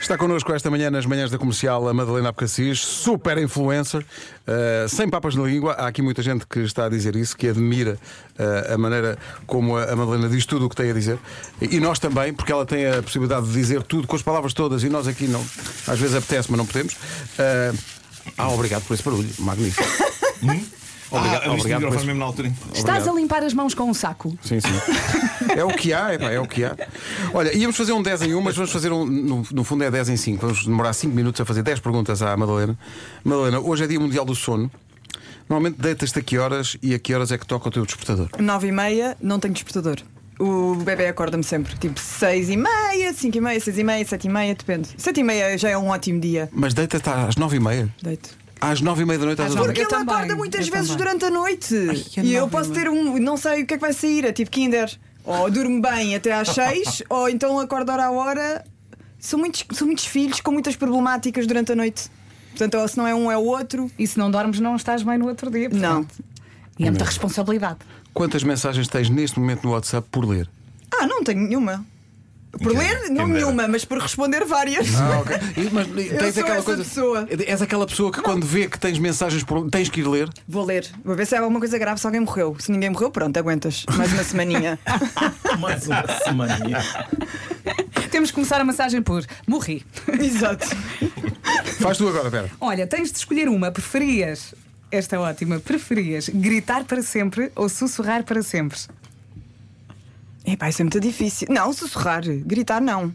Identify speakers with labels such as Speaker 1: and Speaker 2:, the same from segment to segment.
Speaker 1: Está connosco esta manhã nas manhãs da comercial a Madalena Abcacis, super influencer, eh, sem papas na língua. Há aqui muita gente que está a dizer isso, que admira eh, a maneira como a a Madalena diz tudo o que tem a dizer. E e nós também, porque ela tem a possibilidade de dizer tudo com as palavras todas e nós aqui não. Às vezes apetece, mas não podemos. Eh, ah, obrigado por esse barulho, magnífico.
Speaker 2: Obrigado, ah, obrigado
Speaker 1: por
Speaker 2: microfone
Speaker 1: esse-
Speaker 2: mesmo na altura.
Speaker 3: Estás a limpar as mãos com um saco.
Speaker 1: Sim, sim. É o que há, é, pá, é o que há. Olha, íamos fazer um 10 em 1, mas vamos fazer um. No, no fundo é 10 em 5. Vamos demorar 5 minutos a fazer 10 perguntas à Madalena. Madalena, hoje é Dia Mundial do Sono. Normalmente deitas-te a que horas e a que horas é que toca o teu despertador?
Speaker 4: 9 e meia, não tenho despertador. O bebê acorda-me sempre, tipo 6 e meia, 5 e meia, 6 e meia, 7 e meia, depende. 7 e meia já é um ótimo dia.
Speaker 1: Mas deita-te às 9 e meia.
Speaker 4: Deito.
Speaker 1: Às 9 e meia da noite estás a
Speaker 4: Porque
Speaker 1: dormir.
Speaker 3: Tá Eu
Speaker 4: ele
Speaker 3: também,
Speaker 4: acorda muitas
Speaker 3: eu
Speaker 4: vezes
Speaker 3: também.
Speaker 4: durante a noite.
Speaker 3: é
Speaker 4: e eu
Speaker 3: nove e
Speaker 4: posso
Speaker 3: meia.
Speaker 4: ter um, não sei o que é que vai sair, é tipo Kinder. Ou durmo bem até às 6, ou então acordo hora a hora. São muitos, são muitos filhos com muitas problemáticas durante a noite. Portanto, ou se não é um, é o outro.
Speaker 3: E se não dormes, não estás bem no outro dia.
Speaker 4: Não.
Speaker 3: portanto. E é muita responsabilidade.
Speaker 1: Quantas mensagens tens neste momento no WhatsApp por ler?
Speaker 4: Ah, não tenho nenhuma. Por
Speaker 2: Quem-
Speaker 4: ler,
Speaker 2: quem
Speaker 4: não
Speaker 2: dera.
Speaker 4: nenhuma, mas por responder várias.
Speaker 1: Ah, ok. E- Mas tens aquela
Speaker 4: sou essa
Speaker 1: coisa.
Speaker 4: pessoa.
Speaker 1: És aquela pessoa que quando vê que tens mensagens por tens que ir ler.
Speaker 4: Vou ler. Vou ver se é alguma coisa grave, se alguém morreu. Se ninguém morreu, pronto, aguentas. Mais uma semaninha.
Speaker 2: Mais uma semana.
Speaker 3: Temos que começar a massagem por morri.
Speaker 4: Exato.
Speaker 1: Faz tu agora, Vera.
Speaker 3: Olha, tens de escolher uma. Preferias, esta é ótima, preferias gritar para sempre ou sussurrar para sempre?
Speaker 4: Epá, isso é muito difícil. Não, sussurrar, gritar não.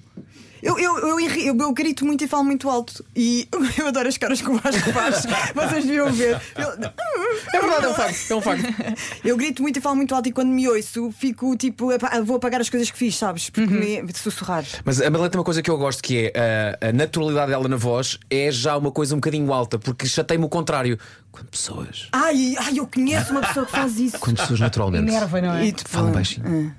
Speaker 4: Eu, eu, eu, irri- eu- eu grito muito e falo muito alto. E eu adoro as caras que o Vasco faz. Vocês deviam ver. É verdade, é um facto. É um facto. Eu grito muito e falo muito alto. E quando me ouço, fico tipo, epá, vou apagar as coisas que fiz, sabes? Porque
Speaker 5: Uhum.
Speaker 4: me sussurrar.
Speaker 5: Mas a Madeleine tem uma coisa que eu gosto que é a, a naturalidade dela na voz é já uma coisa um bocadinho alta, porque chatei-me o contrário. Quando pessoas,
Speaker 4: Ai, ai, eu conheço uma pessoa que faz isso.
Speaker 5: quando pessoas naturalmente
Speaker 3: Nerva, não é?
Speaker 4: E tipo, tu-
Speaker 5: falam baixinho.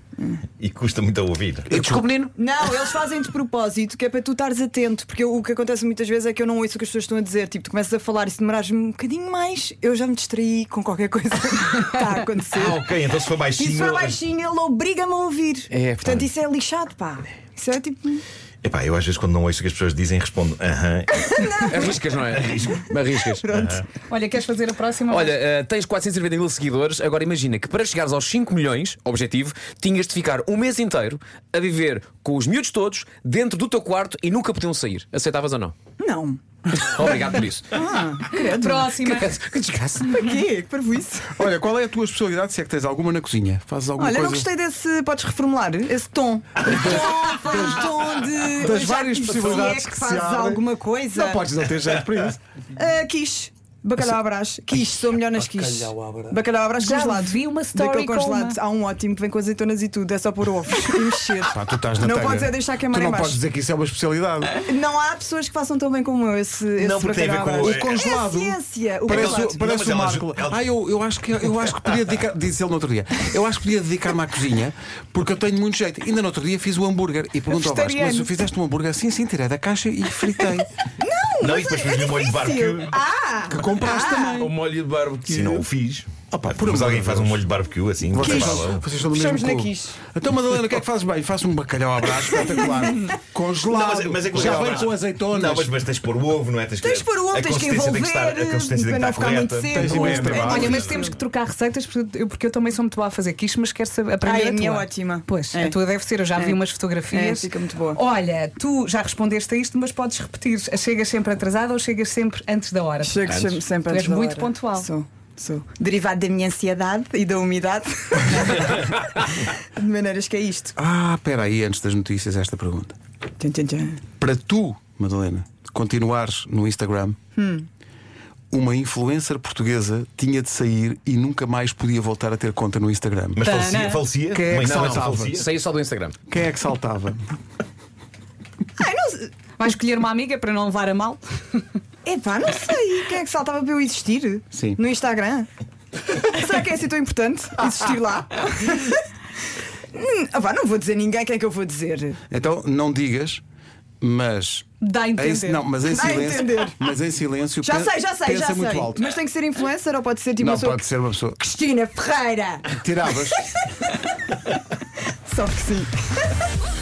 Speaker 2: E custa muito a ouvir.
Speaker 5: Eu, Desculpe, menino.
Speaker 4: Não, eles fazem de propósito, que é para tu estares atento, porque eu- o que acontece muitas vezes é que eu não ouço o que as pessoas estão a dizer. Tipo, tu começas a falar e se demorares um bocadinho mais, eu já me distraí com qualquer coisa que está a acontecer.
Speaker 2: Ok, então se for
Speaker 4: E se
Speaker 2: baixinho.
Speaker 4: for baixinho, ele obriga-me a ouvir.
Speaker 5: É, pá.
Speaker 4: Portanto, isso é lixado, pá. Isso é tipo.
Speaker 2: Epá, eu às vezes quando não ouço o que as pessoas dizem, respondo aham.
Speaker 4: Ah,
Speaker 5: Arriscas, não é? Arriscas.
Speaker 3: Olha, queres fazer a próxima?
Speaker 5: Olha, eh, tens 490 mil seguidores. Agora imagina que para chegares aos 5 milhões, objetivo, tinhas de ficar um mês inteiro a viver com os miúdos todos dentro do teu quarto e nunca podiam sair. Aceitavas ou não?
Speaker 4: Não.
Speaker 5: Obrigado por isso.
Speaker 3: próxima.
Speaker 5: que desgraça.
Speaker 4: Para quê? Que parvo isso?
Speaker 1: Olha, qual é a tua especialidade? Se é que tens alguma na cozinha? Fazes alguma
Speaker 4: Olha,
Speaker 1: coisa?
Speaker 4: não gostei desse. Podes reformular? Esse tom. tom, faz um tom de.
Speaker 1: das
Speaker 4: Já
Speaker 1: várias
Speaker 4: que-
Speaker 1: possibilidades
Speaker 4: Se é
Speaker 1: que se
Speaker 4: que fazes
Speaker 1: abrem.
Speaker 4: alguma coisa.
Speaker 1: Não podes não ter jeito para isso.
Speaker 4: Uh, quis. Bacalhau à brás. Quis, sou melhor nas quis. Bacalhau à brás
Speaker 3: Já
Speaker 4: congelado.
Speaker 3: vi uma story
Speaker 4: Daquele
Speaker 3: com
Speaker 4: congelado.
Speaker 3: uma-
Speaker 4: Há um ótimo que vem com azeitonas e tudo. É só pôr ovos e mexer.
Speaker 1: Pá, tu estás na
Speaker 4: não
Speaker 1: telha.
Speaker 4: podes é deixar
Speaker 1: Tu
Speaker 4: queimar
Speaker 1: não
Speaker 4: em baixo.
Speaker 1: podes dizer que isso é uma especialidade.
Speaker 4: Não há pessoas que façam tão bem como eu esse,
Speaker 2: Não,
Speaker 4: esse
Speaker 2: porque tem a ver
Speaker 4: bacalhau à
Speaker 2: com-
Speaker 4: brás.
Speaker 2: é-
Speaker 1: congelado.
Speaker 4: É ciência. O
Speaker 1: Parece,
Speaker 4: congelado.
Speaker 1: o- parece
Speaker 2: Não,
Speaker 1: o
Speaker 2: mas
Speaker 1: Marco.
Speaker 2: ela- ela-
Speaker 1: Ah, eu, eu, acho que, eu acho que podia dedicar, disse ele no outro dia, eu acho que podia dedicar-me à cozinha porque eu tenho muito jeito. Ainda no outro dia fiz o hambúrguer e pergunto ao Vasco, mas
Speaker 3: Vegetariano.
Speaker 1: fizeste um hambúrguer assim, sim, tirei da caixa e fritei.
Speaker 2: Não, e depois
Speaker 4: é
Speaker 2: fiz lhe um molho de barbecue.
Speaker 4: Ah.
Speaker 1: que compraste também.
Speaker 6: O molho de barbecue.
Speaker 2: Se não o fiz.
Speaker 1: Opa, por
Speaker 2: Mas
Speaker 1: amor
Speaker 2: alguém
Speaker 1: de
Speaker 2: faz um
Speaker 1: Deus.
Speaker 2: molho de barbecue assim.
Speaker 1: Vocês,
Speaker 2: sei lá.
Speaker 1: falam- vocês estão no mesmo
Speaker 4: Fechamos na
Speaker 1: clube.
Speaker 4: quiche.
Speaker 1: Então, Madalena, o que é que fazes bem? Faço um bacalhau à brás espetacular. Congelado.
Speaker 2: Não, mas- mas é que o
Speaker 1: Já
Speaker 2: bacalhau
Speaker 1: vem
Speaker 2: à
Speaker 1: com
Speaker 2: brás-
Speaker 1: azeitonas.
Speaker 2: Não, mas, mas tens de pôr o ovo, não é? Tens,
Speaker 4: Tens de pôr o ovo,
Speaker 2: a
Speaker 4: tens que
Speaker 2: consistência tem que estar-
Speaker 4: envolver,
Speaker 2: A consistência tem
Speaker 4: para
Speaker 2: que
Speaker 4: não
Speaker 2: estar
Speaker 4: ficar muito
Speaker 2: correta.
Speaker 4: seco.
Speaker 1: Tens
Speaker 2: Não é
Speaker 1: imenso
Speaker 2: bem
Speaker 1: trabalho.
Speaker 3: Olha,
Speaker 2: básico.
Speaker 3: mas temos que trocar receitas porque eu, porque eu também sou muito boa a fazer quiche, mas quero saber, aprender
Speaker 4: Ai, a
Speaker 3: a
Speaker 4: minha
Speaker 3: tua.
Speaker 4: é ótima.
Speaker 3: Pois,
Speaker 4: É.
Speaker 3: a tua deve ser, eu já vi
Speaker 4: É.
Speaker 3: umas fotografias.
Speaker 4: É, fica muito boa.
Speaker 3: Olha, tu já respondeste a isto, mas podes repetir. Chegas sempre atrasada ou chegas sempre antes da hora?
Speaker 4: Chego sempre- sempre
Speaker 3: Tu és
Speaker 4: antes da
Speaker 3: muito
Speaker 4: hora.
Speaker 3: pontual.
Speaker 4: Sou, sou. Derivado da minha ansiedade e da umidade. de maneiras que é isto.
Speaker 1: Ah, espera aí, antes das notícias, esta pergunta.
Speaker 4: Tchan, tchan, tchan.
Speaker 1: Para tu, Madalena, continuares no Instagram,
Speaker 4: Hum.
Speaker 1: uma influencer portuguesa tinha de sair e nunca mais podia voltar a ter conta no Instagram.
Speaker 2: Mas
Speaker 3: Tana.
Speaker 2: falecia? Falecia?
Speaker 1: Quem é que
Speaker 2: Mas não, ela
Speaker 1: saltava?
Speaker 2: falecia.
Speaker 5: Saiu só do Instagram.
Speaker 1: Quem é que saltava?
Speaker 4: Ai, não sei.
Speaker 3: Vais escolher uma amiga para não levar a mal?
Speaker 4: Epá, não sei. Quem é que saltava para eu existir?
Speaker 1: Sim.
Speaker 4: No Instagram? Será que é assim tão importante? Existir lá? Hum, opá, não vou dizer ninguém quem é que eu vou dizer.
Speaker 1: Então, não digas, mas.
Speaker 3: Dá a
Speaker 1: Em,
Speaker 3: entender.
Speaker 1: não, mas em
Speaker 4: Dá a
Speaker 1: silêncio.
Speaker 4: entender.
Speaker 1: Mas em silêncio.
Speaker 4: Já
Speaker 1: pen-
Speaker 4: sei, já sei,
Speaker 1: pensa
Speaker 4: já
Speaker 1: muito
Speaker 4: sei.
Speaker 1: alto.
Speaker 4: Mas tem que ser influencer ou pode ser tipo
Speaker 1: não
Speaker 4: uma pessoa.
Speaker 1: pode ser uma pessoa.
Speaker 4: Cristina Ferreira!
Speaker 1: Tiravas.
Speaker 4: Só que sim.